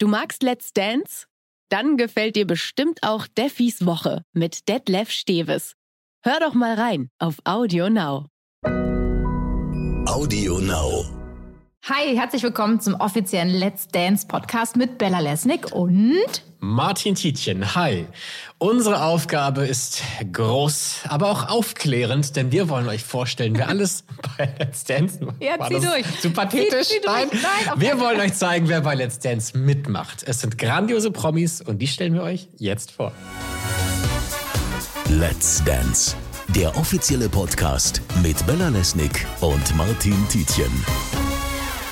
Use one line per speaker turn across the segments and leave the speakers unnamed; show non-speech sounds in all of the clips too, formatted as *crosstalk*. Du magst Let's Dance? Dann gefällt dir bestimmt auch Deffys Woche mit Detlef Steves. Hör doch mal rein auf Audio Now.
Audio Now.
Hi, herzlich willkommen zum offiziellen Let's Dance Podcast mit Bella Lesnick und
Martin Tietjen, hi. Unsere Aufgabe ist groß, aber auch aufklärend, denn wir wollen euch vorstellen,
*laughs*
wer alles bei Let's Dance
Ja,
War
zieh
das
durch.
Zu pathetisch.
Zieh- zieh durch.
Nein,
Nein, auf
wir
keinen
wollen euch zeigen, wer bei Let's Dance mitmacht. Es sind grandiose Promis und die stellen wir euch jetzt vor.
Let's Dance. Der offizielle Podcast mit Bella Lesnick und Martin Tietjen.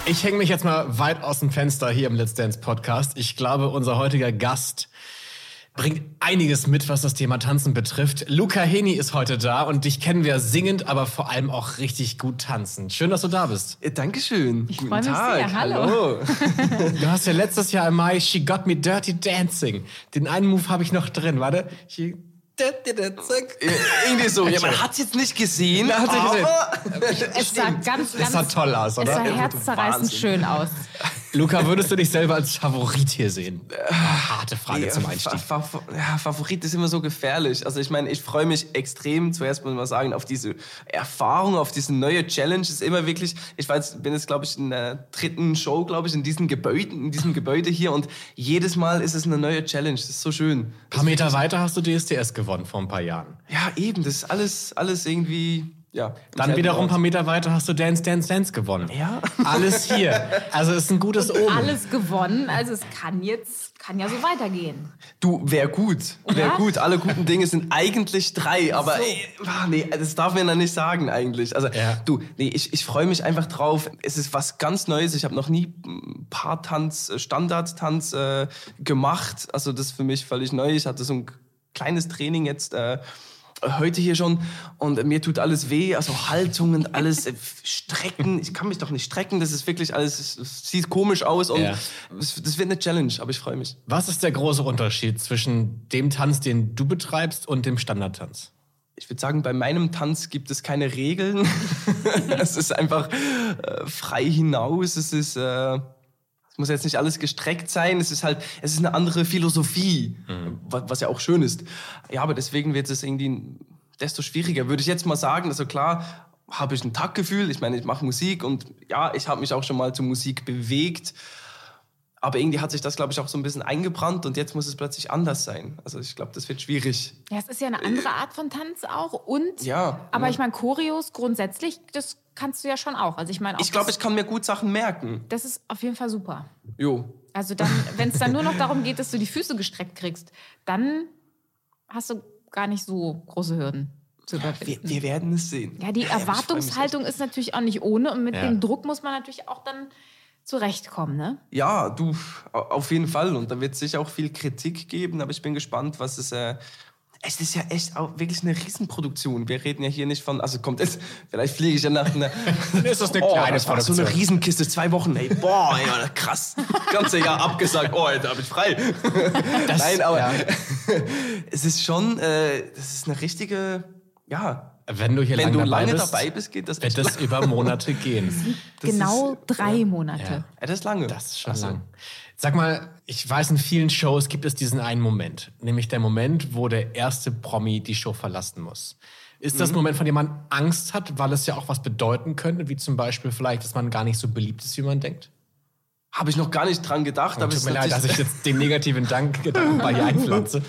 Ich hänge mich jetzt mal weit aus dem Fenster hier im Let's Dance Podcast. Ich glaube, unser heutiger Gast bringt einiges mit, was das Thema Tanzen betrifft. Luca Heni ist heute da und dich kennen wir singend, aber vor allem auch richtig gut tanzend. Schön, dass du da bist.
Äh, Dankeschön. Ich
freu mich sehr. Hallo.
Du hast ja letztes Jahr im Mai She Got Me Dirty Dancing. Den einen Move habe ich noch drin, warte. She Dirty Dancing.
Äh, Irgendwie so. Ja, man hat es jetzt nicht gesehen.
Ja, hat's nicht gesehen.
gesehen.
es sah ganz,
Das
ganz,
sah toll aus,
es sah
oder?
herzzerreißend
Wahnsinn.
schön aus.
Luca, würdest du dich selber als Favorit hier sehen? Harte Frage zum Einstieg.
Fa Fa- ja, Favorit ist immer so gefährlich. Also ich meine, ich freue mich extrem, zuerst muss man sagen, auf diese Erfahrung, auf diese neue Challenge. Ist immer wirklich, ich weiß, bin jetzt glaube ich in der dritten Show, glaube ich, in diesem Gebäude, in diesem Gebäude hier und jedes Mal ist es eine neue Challenge. Das ist so schön.
Ein paar Meter weiter hast du DSDS gewonnen vor ein paar Jahren.
Ja, eben, das ist alles, alles irgendwie, ja. im
Dann
selben
wiederum ein
Ort.
paar Meter weiter hast du Dance, Dance, Dance gewonnen.
Ja.
*laughs* Alles hier. Also es ist ein gutes Omen.
Alles gewonnen, also es kann jetzt, kann ja so weitergehen.
Du, wär gut. Wär
Ja?
gut. Alle guten Dinge sind eigentlich drei, aber
So.
äh, ah, nee, das darf man ja nicht sagen eigentlich. Also
Ja.
du, nee, ich, ich freue mich einfach drauf. Es ist was ganz Neues. Ich habe noch nie mm, Paartanz, äh, Standardtanz äh, gemacht. Also das ist für mich völlig neu. Ich hatte so ein kleines Training jetzt äh, heute hier schon und äh, mir tut alles weh. Also Haltung und alles äh, strecken. Ich kann mich doch nicht strecken. Das ist wirklich alles, es- es sieht komisch aus und
Ja.
es, das wird eine Challenge, aber ich freue mich.
Was ist der große Unterschied zwischen dem Tanz, den du betreibst und dem Standardtanz?
ich würde sagen, bei meinem Tanz gibt es keine Regeln. *laughs* es ist einfach äh, frei hinaus. Es ist, äh, es muss jetzt nicht alles gestreckt sein. Es ist halt, es ist eine andere Philosophie, wa- was ja auch schön ist. Ja, aber deswegen wird es irgendwie desto schwieriger, würde ich jetzt mal sagen. Also klar habe ich ein Taktgefühl. Ich meine, ich mache Musik und ja, ich habe mich auch schon mal zu Musik bewegt. Aber irgendwie hat sich das, glaube ich, auch so ein bisschen eingebrannt und jetzt muss es plötzlich anders sein. Also ich glaube, das wird schwierig.
Ja, es ist ja eine andere Art von Tanz auch und,
Ja,
aber
ja.
ich meine, Choreos grundsätzlich, das kannst du ja schon auch. Also ich meine, auch
Ich glaube,
das,
ich kann mir gut Sachen merken.
das ist auf jeden Fall super.
Jo.
Also dann, wenn es dann nur noch darum geht, dass du die Füße gestreckt kriegst, dann hast du gar nicht so große Hürden zu
Wir,
überwinden.
wir werden es sehen.
Ja, die
ich freu mich
Erwartungshaltung ist natürlich auch nicht ohne und mit
Ja.
dem Druck muss man natürlich auch dann zurechtkommen, ne?
echt. Ja, du, au- auf jeden Fall. Und da wird es sicher auch viel Kritik geben, aber ich bin gespannt, was es. Äh, es ist ja echt auch wirklich eine Riesenproduktion. Wir reden ja hier nicht von. Also kommt es. Vielleicht fliege ich ja nach einer.
*laughs* Ist das eine
oh,
kleine
das war so
Produktion?
eine Riesenkiste, zwei Wochen. Ey, boah, ey, krass. Ganze Jahr abgesagt. Oh, da bin
*laughs*
ich frei. Nein, aber
ja.
*laughs* es ist schon. Äh, das ist eine richtige. Ja.
Wenn du hier lange
Wenn du
dabei
lange
bist,
dabei bist, geht das echt
wird es über Monate
*laughs*
gehen.
Das
genau
ist-
drei
ja.
Monate.
Ja, Äh, das ist lange.
Das ist schon
Also,
lang. Sag mal, ich weiß, in vielen Shows gibt es diesen einen Moment, nämlich der Moment, wo der erste Promi die Show verlassen muss. Ist
Mhm.
das ein Moment, von dem man Angst hat, weil es ja auch was bedeuten könnte, wie zum Beispiel vielleicht, dass man gar nicht so beliebt ist, wie man denkt?
Habe ich noch gar nicht dran gedacht, aber es
Tut
ist
mir leid, dass
natürlich-
ich jetzt den negativen Dank Gedanken bei
*laughs*
dir einpflanze.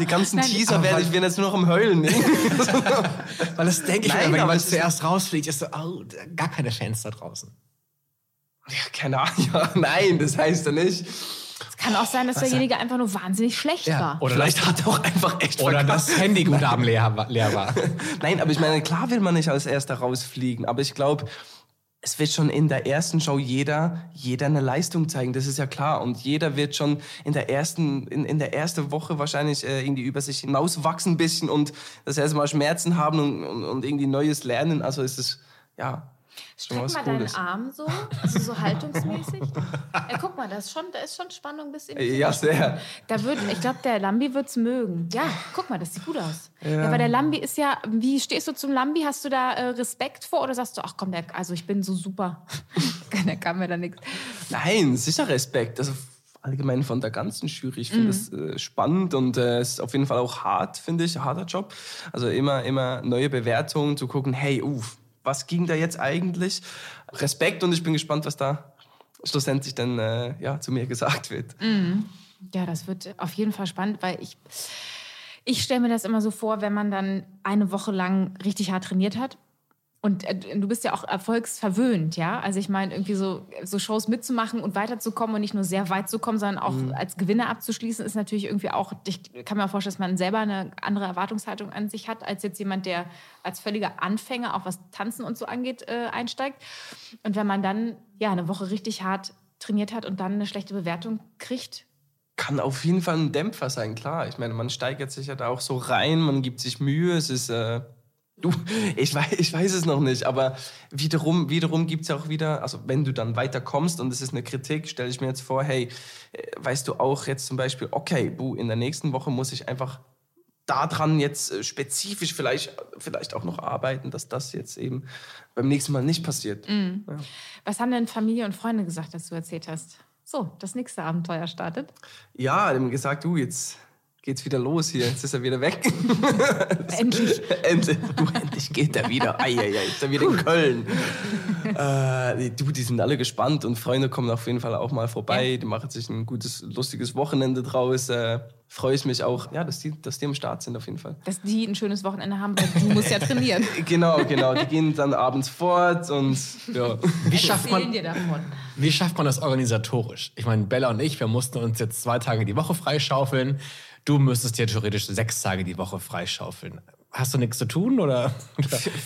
die
*laughs*
ganzen Teaser
also Aber
werde
weil-
ich, werden jetzt nur noch am Heulen. ne?
Weil das denke ich
Nein,
mir, wenn
aber
jemand
es ist-
zuerst rausfliegt, ist so, oh, da- gar keine Fans da draußen.
*laughs* ja, keine Ahnung, *laughs* ja, nein, das heißt ja nicht.
Es kann auch sein, dass derjenige einfach nur wahnsinnig schlecht war.
Oder, das,
Vielleicht hat er auch einfach echt
oder
verkackt.
das Handy gut am leer, war- leer war. *laughs*
Nein, aber ich meine, klar will man nicht als Erster rausfliegen, aber ich glaube, es wird schon in der ersten Show jeder, jeder eine Leistung zeigen, das ist ja klar. Und jeder wird schon in der ersten, in, in der ersten Woche wahrscheinlich äh, irgendwie über sich hinauswachsen ein bisschen und das erste Mal Schmerzen haben und, und, und irgendwie Neues lernen. Also ist es, ja, mal
Streck
was
mal deinen
Cooles.
Arm so, also so haltungsmäßig. ja, guck mal, da ist schon, da ist schon Spannung bis in die
Ja, sehr.
Da würd, ich glaube, der Lambi wird es mögen. Ja, guck mal, das sieht gut aus. Ja.
Ja.
weil der Lambi ist ja, wie stehst du zum Lambi? Hast du da äh, Respekt vor oder sagst du, ach komm, der, also ich bin so super. *laughs* der kann mir da nichts.
Nein, sicher Respekt. Also allgemein von der ganzen Jury. Ich finde es äh, spannend und äh, es ist auf jeden Fall auch hart, finde ich, ein harter Job. Also immer, immer neue Bewertungen zu gucken, hey, uff, was ging da jetzt eigentlich? Respekt und ich bin gespannt, was da schlussendlich dann äh, ja, zu mir gesagt wird.
Ja, das wird auf jeden Fall spannend, weil ich, ich stelle mir das immer so vor, wenn man dann eine Woche lang richtig hart trainiert hat. Und äh, du bist ja auch erfolgsverwöhnt, ja? Also ich meine, irgendwie so, so Shows mitzumachen und weiterzukommen und nicht nur sehr weit zu kommen, sondern auch als Gewinner abzuschließen, ist natürlich irgendwie auch, ich kann mir auch vorstellen, dass man selber eine andere Erwartungshaltung an sich hat, als jetzt jemand, der als völliger Anfänger, auch was Tanzen und so angeht, äh, einsteigt. Und wenn man dann ja eine Woche richtig hart trainiert hat und dann eine schlechte Bewertung kriegt,
Kann auf jeden Fall ein Dämpfer sein, klar. Ich meine, man steigert sich ja da auch so rein, man gibt sich Mühe, es ist. Äh, du, *laughs* ich weiß, ich weiß es noch nicht, aber wiederum, wiederum gibt es ja auch wieder, also wenn du dann weiterkommst und es ist eine Kritik, stelle ich mir jetzt vor, hey, äh, weißt du auch jetzt zum Beispiel, okay, buh, in der nächsten Woche muss ich einfach daran jetzt äh, spezifisch vielleicht, vielleicht auch noch arbeiten, dass das jetzt eben beim nächsten Mal nicht passiert.
Was haben denn Familie und Freunde gesagt, dass du erzählt hast? So, das nächste Abenteuer startet.
Ja, dem gesagt, du, jetzt geht's wieder los hier, jetzt ist er wieder weg.
Endlich.
*laughs* Endlich, du, endlich geht er wieder. Eieiei, ist er wieder in Köln. Äh, du, die sind alle gespannt und Freunde kommen auf jeden Fall auch mal vorbei. Die machen sich ein gutes, lustiges Wochenende draus. Äh, Freue ich mich auch, ja, dass die, dass die am Start sind auf jeden Fall.
Dass die ein schönes Wochenende haben, weil du musst ja trainieren.
*laughs* Genau, genau. Die gehen dann abends fort und ja.
Wie schafft
Erzählen
man,
dir davon.
Wie schafft man das organisatorisch? Ich meine, Bella und ich, wir mussten uns jetzt zwei Tage die Woche freischaufeln. Du müsstest dir theoretisch sechs Tage die Woche freischaufeln. Hast du nichts zu tun oder,
*laughs*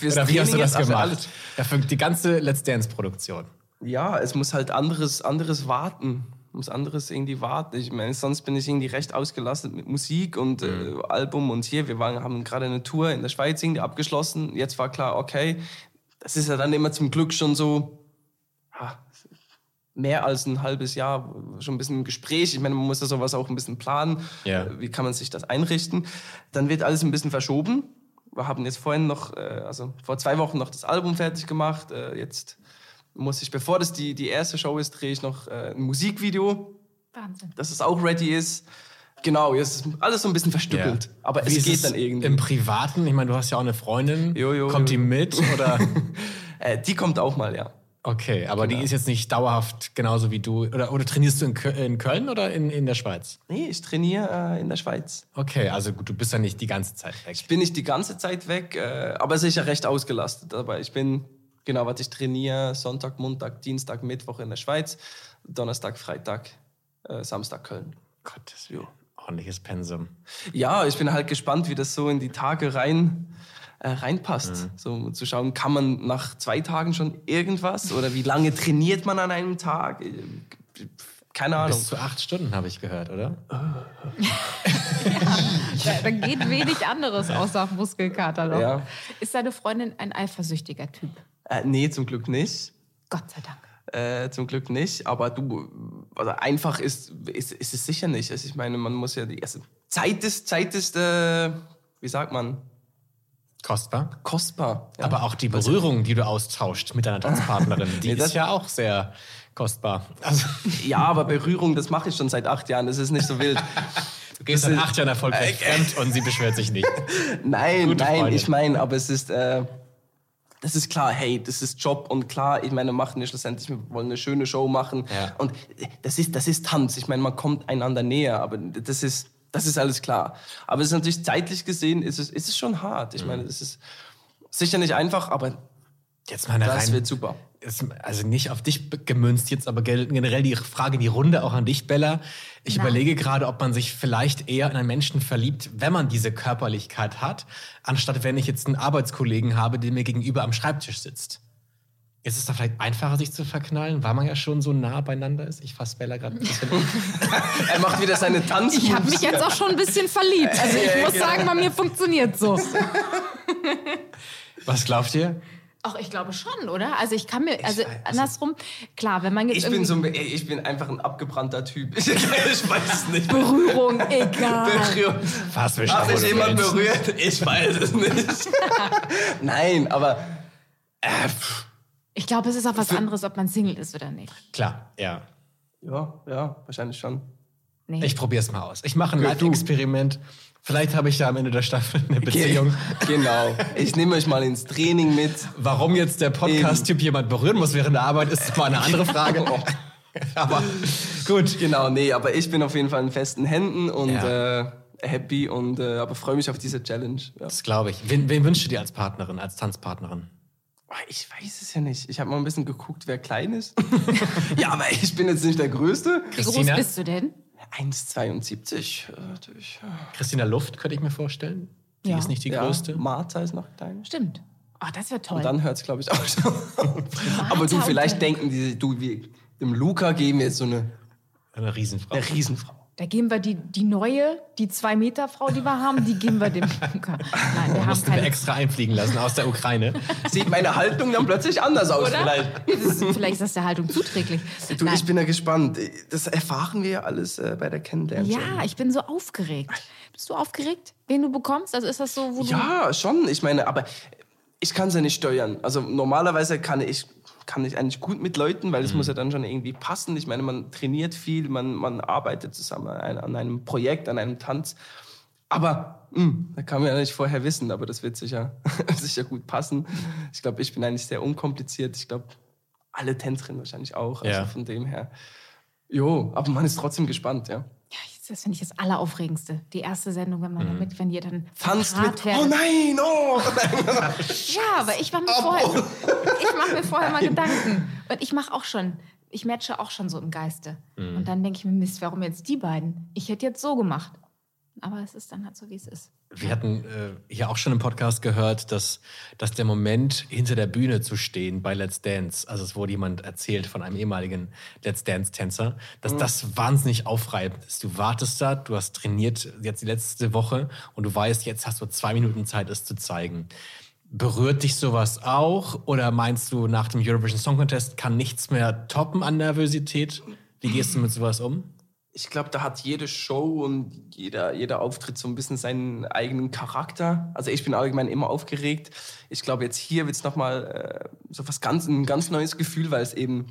fürs
oder wie hast
Training
du
jetzt,
das
also
gemacht?
alles.
Ja, für die ganze Let's Dance-Produktion.
ja, es muss halt anderes, anderes warten. Muss anderes irgendwie warten. Ich meine, sonst bin ich irgendwie recht ausgelastet mit Musik und äh, Album und hier. Wir waren, haben gerade eine Tour in der Schweiz irgendwie abgeschlossen. Jetzt war klar, okay, das ist ja dann immer zum Glück schon so ah, mehr als ein halbes Jahr schon ein bisschen im Gespräch. Ich meine, man muss ja sowas auch ein bisschen planen.
Ja.
Äh, Wie kann man sich das einrichten? Dann wird alles ein bisschen verschoben. Wir haben jetzt vorhin noch, äh, also vor zwei Wochen noch das Album fertig gemacht. Äh, Jetzt muss ich, bevor das die, die erste Show ist, drehe ich noch äh, ein Musikvideo,
Wahnsinn.
dass es auch ready ist. Genau, jetzt ist alles so ein bisschen verstückelt.
Ja.
Aber
Wie
es
ist
geht dann
Im
irgendwie.
Privaten, ich meine, du hast ja auch eine Freundin.
Jo, jo,
Kommt
jo.
die mit?
*laughs*
Oder?
Äh, die kommt auch mal, ja.
Okay, aber
Genau.
die ist jetzt nicht dauerhaft genauso wie du. Oder, oder trainierst du in, Kö- in Köln oder in, in der Schweiz?
Nee, ich trainiere äh, in der Schweiz.
Okay, also gut, du bist ja nicht die ganze Zeit weg.
Bin ich die ganze Zeit weg, äh, aber sicher recht ausgelastet. Aber ich bin, genau, was ich trainiere, Sonntag, Montag, Dienstag, Mittwoch in der Schweiz, Donnerstag, Freitag, äh, Samstag Köln.
Gott, das ist ja ordentliches Pensum.
Ja, ich bin halt gespannt, wie das so in die Tage rein, äh, reinpasst. So um zu schauen, kann man nach zwei Tagen schon irgendwas oder wie lange trainiert man an einem Tag? Äh, Keine Ahnung.
Bis zu acht Stunden habe ich gehört, oder?
Da, da geht wenig anderes außer Muskelkater. noch.
Ja.
Ist deine Freundin ein eifersüchtiger Typ?
Äh, nee, zum Glück nicht.
Gott sei Dank.
Äh, zum Glück nicht, aber du, also einfach ist, ist, ist es sicher nicht. Also ich meine, man muss ja die erste Zeit ist, Zeit ist, äh, wie sagt man,
Kostbar.
kostbar. Ja.
Aber auch die Berührung, die du austauscht mit deiner Tanzpartnerin, die
*laughs* Nee, das-
ist ja auch sehr kostbar. Also,
ja, aber Berührung, das mache ich schon seit acht Jahren. Das ist nicht so wild.
du gehst seit acht Jahren erfolgreich
Äh,
fremd und sie beschwert sich
*laughs*
nicht.
Nein,
Gute
nein,
Freundin.
ich meine, aber es ist, äh, das ist klar, hey, das ist Job und klar, ich meine, machen wir schlussendlich, wir wollen eine schöne Show machen
Ja.
und das ist, das ist Tanz. Ich meine, man kommt einander näher, aber das ist, das ist alles klar. Aber es ist natürlich zeitlich gesehen, ist es, ist es schon hart.
Mhm.
Ich meine, es ist sicher nicht einfach, aber
Jetzt mal eine
das
rein.
wird super.
Ist, also nicht auf dich be- gemünzt jetzt, aber gel- generell die Frage, die Runde auch an dich, Bella. Ich
Na.
überlege gerade, ob man sich vielleicht eher in einen Menschen verliebt, wenn man diese Körperlichkeit hat, anstatt wenn ich jetzt einen Arbeitskollegen habe, der mir gegenüber am Schreibtisch sitzt. Ist es da vielleicht einfacher, sich zu verknallen, weil man ja schon so nah beieinander ist? Ich fasse Bella gerade ein bisschen.
*laughs*
Er macht wieder seine Tanz.
Ich habe mich jetzt auch schon ein bisschen verliebt.
genau.
Also ich muss sagen, bei mir funktioniert so.
Was glaubt ihr?
Ach, ich glaube schon, oder? Also ich kann mir, also
weiß- also-
andersrum, klar, wenn man jetzt
Ich
irgendwie
bin, so, ein- ich bin einfach ein abgebrannter Typ. *laughs* Ich weiß es nicht. *laughs*
Berührung, egal.
Berührung.
Fast wir
Hat mich
Staffel
jemand
eins.
berührt? Ich weiß es nicht. *laughs* Nein, aber äh, pff,
Ich glaube, es ist auch was anderes, ob man Single ist oder nicht.
Klar, ja.
ja, ja, wahrscheinlich schon.
Nee.
Ich probier's mal aus. Ich mache ein
Ja, du.
Live-Experiment. Vielleicht habe ich ja am Ende der Staffel eine Beziehung.
*laughs* Genau. Ich nehme euch mal ins Training mit.
Warum jetzt der Podcast-Typ jemand berühren muss während der Arbeit, ist mal eine andere
*laughs*
Frage.
Oh.
Aber gut.
Genau, nee, aber ich bin auf jeden Fall in festen Händen und
Ja.
äh, happy und äh, aber freue mich auf diese Challenge. Ja.
Das glaube ich. Wen, wen wünschst du dir als Partnerin, als Tanzpartnerin?
Oh, Ich weiß es ja nicht. Ich habe mal ein bisschen geguckt, wer
*laughs*
klein ist. ja, aber ich bin jetzt nicht der Größte.
Wie groß
Christina?
bist du denn?
1,72. Äh, natürlich.
Christina Luft, könnte ich mir vorstellen. Die
Ja.
ist nicht die
Ja,
größte.
Martha ist noch klein.
Stimmt. Ach, das wäre toll.
Und dann hört es, glaube ich, *laughs* auch schon. auf. Aber du,
Martha
vielleicht
und-
denken die, du, wir, dem Luca geben wir jetzt so eine,
Eine Riesenfrau.
eine Riesenfrau.
da geben wir die, die neue, die Zwei-Meter-Frau, die wir haben, die geben wir
*laughs*
dem Luca. Nein, wir haben
Mussten wir
keine.
extra einfliegen lassen aus der Ukraine.
Sieht meine Haltung dann plötzlich anders aus,
Oder?
vielleicht.
Das ist, vielleicht ist das der Haltung zuträglich.
Du,
Nein.
ich bin da gespannt. Das erfahren wir ja alles äh, bei der Kennenlern.
ja, ich bin so aufgeregt. Bist du aufgeregt, wen du bekommst? Also ist das so, wo du.
Ja, schon. Ich meine, aber ich kann es ja nicht steuern. Also normalerweise kann ich, kann ich eigentlich gut mit Leuten, weil es muss ja dann schon irgendwie passen. Ich meine, man trainiert viel, man, man arbeitet zusammen an, ein- an einem Projekt, an einem Tanz. Aber mh, da kann man ja nicht vorher wissen, aber das wird sicher, *laughs* sicher gut passen. Ich glaube, ich bin eigentlich sehr unkompliziert. Ich glaube, alle Tänzerinnen wahrscheinlich auch. Also
Ja.
von dem her. Jo, aber man ist trotzdem gespannt, ja.
Das finde ich das Alleraufregendste. Die erste Sendung, wenn man damit, wenn ihr dann
Mhm. Tanzt mit.
vertraut werdet.
Oh nein, oh!
Ja, aber ich mache mir vorher, ich mach mir vorher mal Gedanken. Und ich mache auch schon, ich matche auch schon so im Geiste. Und dann denke ich mir, Mist, warum jetzt die beiden? Ich hätte jetzt so gemacht. Aber es ist dann halt so, wie es ist.
Wir hatten äh, hier auch schon im Podcast gehört, dass, dass der Moment, hinter der Bühne zu stehen bei Let's Dance, also es wurde jemand erzählt von einem ehemaligen Let's Dance-Tänzer,
Mhm.
dass das wahnsinnig aufreibend ist. Du wartest da, du hast trainiert jetzt die letzte Woche und du weißt, jetzt hast du zwei Minuten Zeit, es zu zeigen. Berührt dich sowas auch? Oder meinst du, nach dem Eurovision Song Contest kann nichts mehr toppen an Nervosität? Wie gehst du mit sowas um?
ich glaube, da hat jede Show und jeder, jeder Auftritt so ein bisschen seinen eigenen Charakter. Also ich bin allgemein immer aufgeregt. Ich glaube, jetzt hier wird es nochmal äh, so was ganz, ein ganz neues Gefühl, weil es eben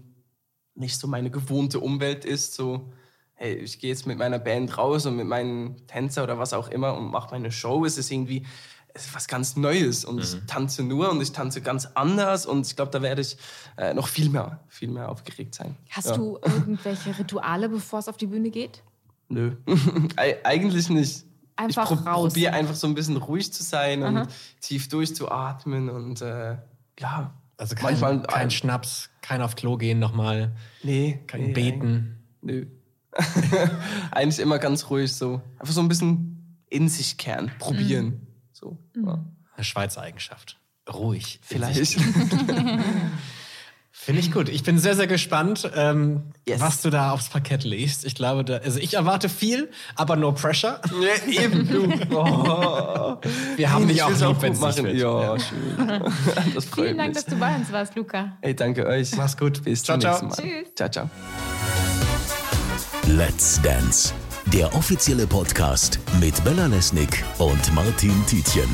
nicht so meine gewohnte Umwelt ist. So, hey, ich gehe jetzt mit meiner Band raus und mit meinem Tänzer oder was auch immer und mache meine Show. Es ist irgendwie es ist was ganz Neues und ich tanze nur und ich tanze ganz anders und ich glaube, da werde ich äh, noch viel mehr, viel mehr aufgeregt sein.
Hast
Ja.
du irgendwelche Rituale, bevor es auf die Bühne geht?
Nö. *laughs* Ei- Eigentlich nicht.
Einfach
ich prob-
raus.
probiere einfach so ein bisschen ruhig zu sein und tief durchzuatmen und äh, ja.
Also kein,
Manchmal-
kein
äh,
Schnaps, kein auf Klo gehen nochmal,
Nee.
kein
nee,
Beten.
eig- Nö. *laughs* eigentlich immer ganz ruhig so. Einfach so ein bisschen in sich kehren, probieren.
Mhm.
So. Ja.
Eine Schweizer Eigenschaft. Ruhig.
Vielleicht.
Finde ich gut. Ich bin sehr, sehr gespannt, ähm,
Yes.
was du da aufs Parkett legst. Ich glaube, da, also ich erwarte viel, aber no pressure.
*laughs* ja, eben du. Oh.
Wir haben
Nein,
dich
ich
auch
will's
lieb,
gut
wenn's nicht
machen.
wird.
Ja, schön. *laughs* Das freut
Vielen Dank,
mich.
dass du bei uns warst, Luca.
Ey, danke euch.
Mach's gut.
Bis
Ciao,
zum
ciao.
nächsten Mal.
Tschüss.
Ciao, ciao.
Let's Dance, der offizielle Podcast mit Bella Lesnick und Martin Tietjen.